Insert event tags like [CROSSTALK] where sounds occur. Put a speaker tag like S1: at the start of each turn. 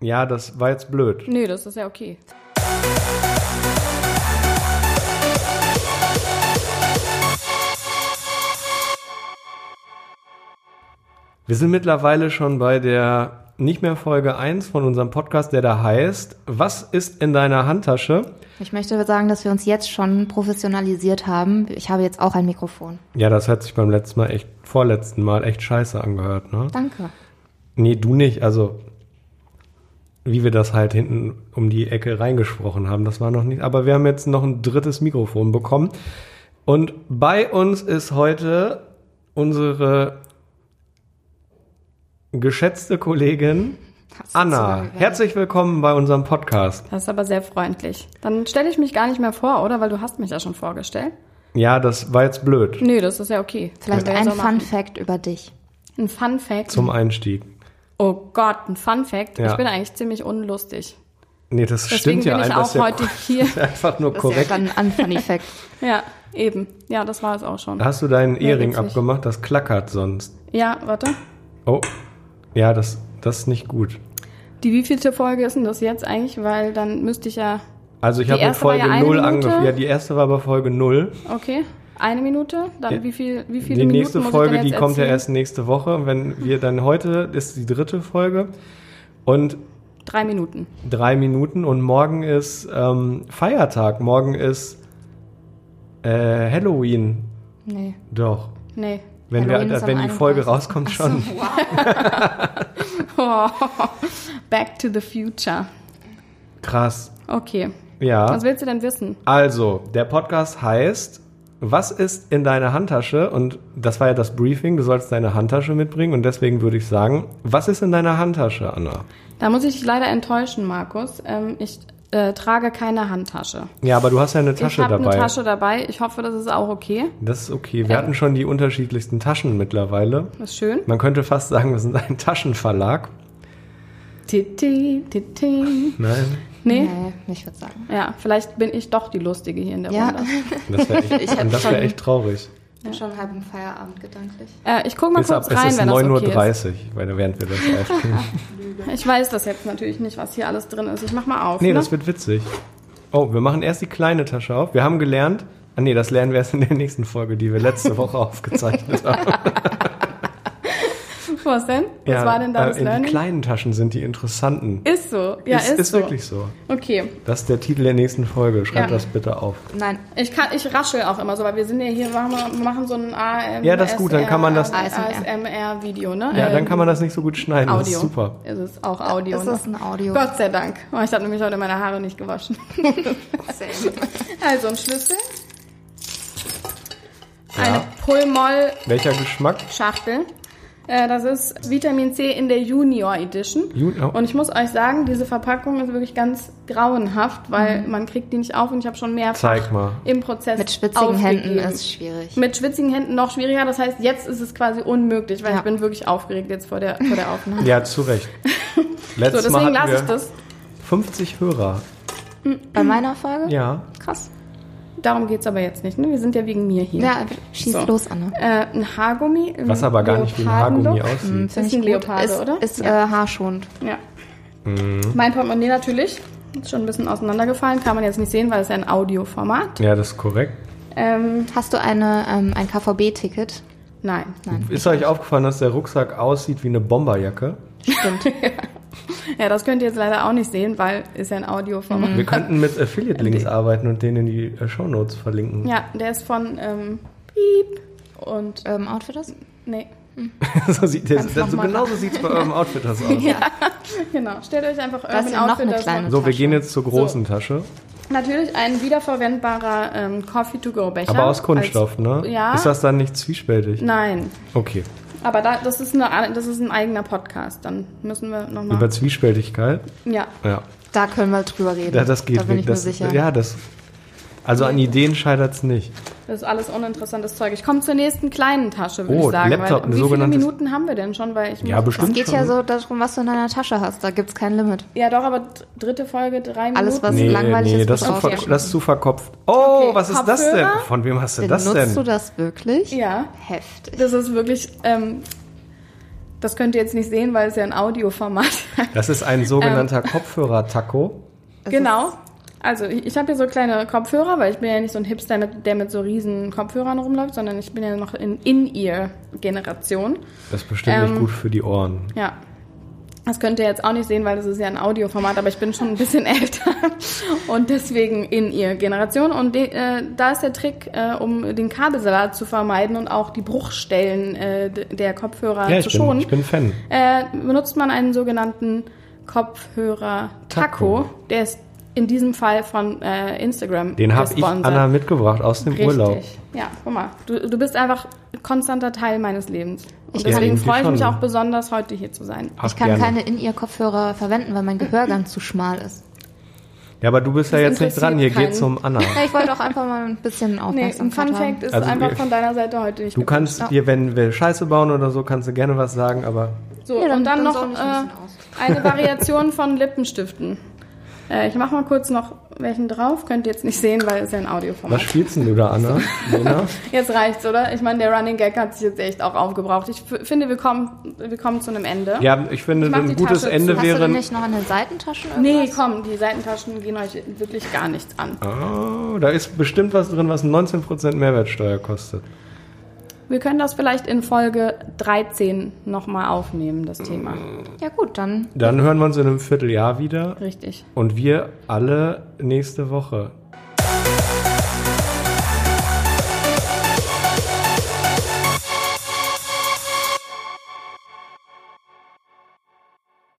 S1: Ja, das war jetzt blöd.
S2: Nö, das ist ja okay.
S1: Wir sind mittlerweile schon bei der nicht mehr Folge 1 von unserem Podcast, der da heißt Was ist in deiner Handtasche?
S2: Ich möchte sagen, dass wir uns jetzt schon professionalisiert haben. Ich habe jetzt auch ein Mikrofon.
S1: Ja, das hat sich beim letzten Mal echt, vorletzten Mal echt scheiße angehört, ne?
S2: Danke.
S1: Nee, du nicht. Also, wie wir das halt hinten um die Ecke reingesprochen haben, das war noch nicht. Aber wir haben jetzt noch ein drittes Mikrofon bekommen. Und bei uns ist heute unsere geschätzte Kollegin
S2: Hast du
S1: Anna.
S2: zu lange
S1: Herzlich willkommen bei unserem Podcast.
S3: Das ist aber sehr freundlich. Dann stelle ich mich gar nicht mehr vor, oder? Weil du hast mich ja schon vorgestellt.
S1: Ja, das war jetzt blöd
S3: Nö, das ist ja okay.
S2: Vielleicht
S3: Können wir
S2: ein
S3: ja so
S2: Fun
S3: machen.
S2: Fact über dich.
S3: Ein Fun Fact.
S1: zum Einstieg.
S3: oh Gott, ein Fun Fact.
S1: Ja.
S3: Ich bin eigentlich ziemlich unlustig.
S1: Nee, das
S3: Deswegen
S1: stimmt ja
S3: bin ich
S1: ein- das ist
S3: auch
S1: ja [LAUGHS]
S3: heute hier.
S1: einfach nur
S2: Das
S1: korrekt.
S2: ist ja dann ein Funny Fact.
S3: Ja, eben. Ja, das war es auch schon.
S1: Hast du deinen Ehering
S3: witzig.
S1: abgemacht? Das klackert sonst.
S3: Ja, warte.
S1: Oh, ja, das, das ist nicht gut.
S3: Die wievielte Folge ist denn das jetzt eigentlich? Weil dann müsste ich ja.
S1: Also ich
S3: Die
S1: habe mit
S3: erste war
S1: Folge
S3: ja eine
S1: 0
S3: Minute.
S1: angefangen. Ja, die erste war bei Folge 0.
S3: Okay, eine Minute. Dann
S1: Ja.
S3: wie viel? Wie viele
S1: Die
S3: Minuten
S1: nächste
S3: muss ich
S1: Folge,
S3: denn
S1: die
S3: jetzt
S1: kommt ja
S3: erzählen?
S1: erst nächste Woche. Wenn wir dann heute ist die dritte Folge und
S3: Drei Minuten.
S1: drei Minuten und morgen ist ähm, Feiertag. Morgen ist äh, Halloween.
S2: [LAUGHS] Nee.
S1: Doch.
S3: Nee. [LAUGHS]
S1: Wenn, wir,
S2: Halloween ist
S1: äh,
S2: am
S1: wenn die Folge
S2: 31..
S1: rauskommt, schon.
S3: Oh, [LAUGHS] Back to the future.
S1: Krass.
S3: Okay.
S1: Ja.
S3: Was willst du denn wissen?
S1: Also, der Podcast heißt Was ist in deiner Handtasche? Und das war ja das Briefing, du sollst deine Handtasche mitbringen und deswegen würde ich sagen, was ist in deiner Handtasche, Anna?
S3: Da muss ich dich leider enttäuschen, Markus. Ähm, ich äh, trage keine Handtasche.
S1: Ja, aber du hast ja eine Tasche
S3: ich habe
S1: dabei.
S3: eine Tasche dabei. Ich hoffe, das ist auch okay.
S1: Das ist okay. Wir hatten schon die unterschiedlichsten Taschen mittlerweile.
S3: Das ist schön.
S1: Man könnte fast sagen, wir sind ein Taschenverlag.
S3: Titi, titi.
S1: Nein,
S3: Nee?
S2: Nee, ich würde sagen.
S3: Ja, vielleicht bin ich doch die Lustige hier in der
S2: Ja.
S3: Runde.
S1: das wäre
S2: Ich
S1: echt,
S2: hab
S1: und das wär
S2: schon-
S1: echt traurig.
S2: Ich bin schon halb im Feierabend gedanklich.
S3: Äh, ich guck mal
S1: Jetzt ab,
S3: kurz
S1: es
S3: rein,
S1: ist
S3: wenn das okay
S1: 9.30 Uhr, weil während wir das
S3: [LAUGHS]
S1: aufnehmen.
S3: ist. Ich weiß das jetzt natürlich nicht, was hier alles drin ist. Ich mach mal auf.
S1: Nee,
S3: ne?
S1: das wird witzig. Oh, wir machen erst die kleine Tasche auf. Wir haben gelernt. Ah nee, das lernen wir erst in der nächsten Folge, die wir letzte
S3: [LAUGHS]
S1: Woche aufgezeichnet haben.
S3: was denn? was war denn da
S1: äh,
S3: das
S1: in Die
S3: Learning?
S1: kleinen Taschen sind die interessanten.
S3: Ist so. Ja, ist,
S1: ist
S3: so.
S1: wirklich so.
S3: Okay.
S1: Das ist der Titel der nächsten Folge. Schreibt
S3: Ja.
S1: das bitte auf.
S2: Nein,
S3: Ich, kann, ich raschel auch immer so, weil wir sind ja hier, machen, wir machen so ein AMR.
S1: Ja, das ist gut, dann kann man das-
S3: ASMR-Video, ne?
S1: Ja, dann
S3: Ähm,
S1: kann man das nicht so gut schneiden.
S3: Audio.
S1: Das ist super.
S3: Es ist auch Audio.
S2: das
S3: ne?
S2: ist ein Audio.
S3: Gott sei Dank. Oh, ich habe nämlich heute meine Haare nicht gewaschen. [LAUGHS] Also ein Schlüssel. Eine Pulmol-Schachtel.
S1: Welcher Geschmack?
S3: Äh, Das ist Vitamin C in der Junior Edition.
S1: Ju- oh.
S3: Und ich muss euch sagen, diese Verpackung ist wirklich ganz grauenhaft, weil
S1: Mhm.
S3: man kriegt die nicht auf und ich habe schon mehrfach
S1: Zeig mal.
S3: im Prozess
S2: Mit schwitzigen
S3: aufgegeben.
S2: Händen ist schwierig.
S3: Mit schwitzigen Händen noch schwieriger. Das heißt, jetzt ist es quasi unmöglich, weil
S2: Ja.
S3: ich bin wirklich aufgeregt jetzt vor der, vor der Aufnahme.
S1: Ja, zu Recht.
S3: [LAUGHS] so,
S1: Letztes
S3: deswegen
S1: Mal hatten
S3: lasse ich
S1: wir
S3: das.
S1: 50 Hörer.
S2: Bei meiner Folge?
S1: Ja.
S3: Krass. Darum geht's aber jetzt nicht. Ne? Wir sind ja wegen mir hier.
S2: Ja, schieß
S3: So.
S2: los, Anna.
S3: Äh, ein Haargummi. im
S1: Was aber gar nicht wie ein
S3: Leopardenlook.
S1: Haargummi aussieht.
S2: Hm, Find
S3: ist
S2: ich
S3: ein
S2: gut.
S3: Leoparde,
S2: ist,
S3: oder?
S2: Ist äh, haarschonend.
S3: Ja.
S1: Mhm.
S3: Mein Portemonnaie natürlich. Ist schon ein bisschen auseinandergefallen. Kann man jetzt nicht sehen, weil es ja ein Audioformat.
S1: Ja, das ist korrekt.
S3: Ähm,
S2: Hast du eine, ähm, ein KVB-Ticket?
S3: nein.
S1: Ist euch aufgefallen, dass der Rucksack aussieht wie eine Bomberjacke?
S3: Ja, das könnt ihr jetzt leider auch nicht sehen, weil ist ja ein
S2: Mhm.
S3: Audioformat. Mhm.
S1: Wir könnten mit Affiliate-Links arbeiten und den in die äh, Shownotes verlinken.
S3: Ja, der ist von ähm, Piep und äh,
S2: Ähm, Outfit ist?
S3: nee.
S1: [LAUGHS] so sieht der,
S2: Kannst noch
S1: so
S2: mal-
S1: genauso sieht es bei eurem Outfit
S2: [LAUGHS]
S1: das aus.
S3: Genau. Stellt euch einfach
S2: ist
S3: Urban
S2: ja noch
S3: Outfitters
S2: eine kleine
S3: von-
S1: So, wir
S2: Tasche.
S1: gehen jetzt zur großen Tasche.
S3: Natürlich ein wiederverwendbarer ähm, Coffee-to-go-Becher.
S1: Aber aus Kunststoff,
S3: Als-
S1: ne?
S3: Ja.
S1: Ist das dann nicht
S2: Mhm.
S1: zwiespältig?
S3: Nein.
S1: Okay.
S3: Aber da, das, ist eine, das ist ein eigener Podcast. Dann müssen wir nochmal.
S1: Über Zwiespältigkeit?
S3: Ja.
S1: Ja.
S2: Da können wir drüber reden.
S1: ja das geht
S2: Da bin ich
S1: weg. das,
S2: mir sicher.
S1: Ja, das. Also an Ideen scheitert es nicht.
S3: Das ist alles uninteressantes Zeug. Ich komme zur nächsten kleinen Tasche, würde
S1: Oh,
S3: ich sagen.
S1: Laptop, ein
S3: weil, wie viele
S1: sogenanntes-
S3: Minuten haben wir denn schon? Weil ich
S1: Ja,
S3: muss-
S1: bestimmt.
S2: es geht
S1: schon.
S2: ja so darum, was du in deiner Tasche hast. Da gibt's kein Limit.
S3: Ja, doch, aber d- dritte Folge, drei
S2: Alles, was-
S3: Minuten.
S2: ist langweilig,
S1: nee,
S2: ist
S1: das, ist
S2: gut
S1: zu ver-
S2: ausgeschnitten.
S1: das ist zu verkopft. Oh,
S3: Okay,
S1: was ist das denn?
S3: Kopfhörer?
S1: Von wem hast du das
S2: Benutzt
S1: denn?
S2: du das wirklich?
S3: Ja.
S2: Heftig.
S3: Das ist wirklich ähm, Das könnt ihr jetzt nicht sehen, weil es ja ein Audioformat [LAUGHS]
S1: Das ist ein sogenannter
S3: Ähm.
S1: Kopfhörer-Taco.
S2: Es
S3: Genau.
S2: ist-
S3: Also ich, ich habe hier so kleine Kopfhörer, weil ich bin ja nicht so ein Hipster, mit, der mit so riesen Kopfhörern rumläuft, sondern ich bin ja noch in In-Ear-Generation.
S1: Das ist bestimmt nicht
S3: Ähm.
S1: gut für die Ohren.
S3: Ja. Das könnt ihr jetzt auch nicht sehen, weil das ist ja ein Audioformat, aber ich bin schon ein bisschen [LAUGHS] älter und deswegen in ihr Generation. Und de, äh, da ist der Trick, äh, um den Kabelsalat zu vermeiden und auch die Bruchstellen äh, d- der Kopfhörer
S1: Ja,
S3: zu
S1: ich bin,
S3: schonen,
S1: ich bin Fan.
S3: äh, benutzt man einen sogenannten Kopfhörer-Taco.
S1: Taco.
S3: Der ist in diesem Fall von äh, Instagram
S1: Den habe ich
S3: gesponsert.
S1: Anna mitgebracht aus dem
S3: Richtig.
S1: Urlaub.
S3: Ja, guck mal. Du, du bist einfach konstanter Teil meines Lebens. Und
S1: Ja,
S3: deswegen
S1: irgendwie
S3: freue ich mich
S1: schon.
S3: auch besonders, heute hier zu sein.
S1: Ach,
S2: ich kann
S1: gerne.
S2: keine in ihr Kopfhörer verwenden, weil mein Gehörgang zu schmal ist.
S1: Ja, aber du bist ja jetzt
S3: Das
S1: nicht dran. Hier
S3: interessiert
S1: geht's
S3: keinen.
S1: um Anna.
S2: Ja, ich wollte auch einfach mal ein bisschen
S3: Nee, ein
S2: Aufmerksamkeit
S3: Fun
S2: haben.
S3: Fact ist
S1: Also,
S3: einfach
S1: wir-
S3: von deiner Seite heute nicht
S1: Du kannst
S2: Ja.
S1: dir, wenn wir Scheiße bauen oder so, kannst du gerne was sagen, aber
S3: So,
S2: Ja, dann-
S3: und dann,
S2: dann
S3: noch
S2: saune ich ein bisschen aus.
S3: äh, eine Variation von Lippenstiften. Äh, ich mache mal kurz noch welchen drauf. Könnt ihr jetzt nicht sehen, weil es ja ein
S1: was
S3: Audioformat.
S1: spielst denn du da, Anna?
S3: [LAUGHS]
S1: Lena?
S3: Jetzt reicht's, oder? Ich meine, der Running Gag hat sich jetzt echt auch aufgebraucht. Ich f- finde, wir kommen, wir kommen zu einem Ende.
S1: Ja, ich finde,
S3: Ich mach die
S1: ein gutes
S3: Tasche
S1: Ende
S3: zu.
S2: Hast du
S1: wäre.
S2: denn nicht noch an der Seitentasche
S3: Nee,
S2: irgendwas?
S3: komm, die Seitentaschen gehen euch wirklich gar nichts an.
S1: Oh, da ist bestimmt was drin, was 19% Mehrwertsteuer kostet.
S3: Wir können das vielleicht in Folge 13 nochmal aufnehmen, das Thema.
S1: Äh.
S2: Ja gut, dann
S1: Dann hören wir uns in einem Vierteljahr wieder
S3: Richtig.
S1: und wir alle nächste Woche.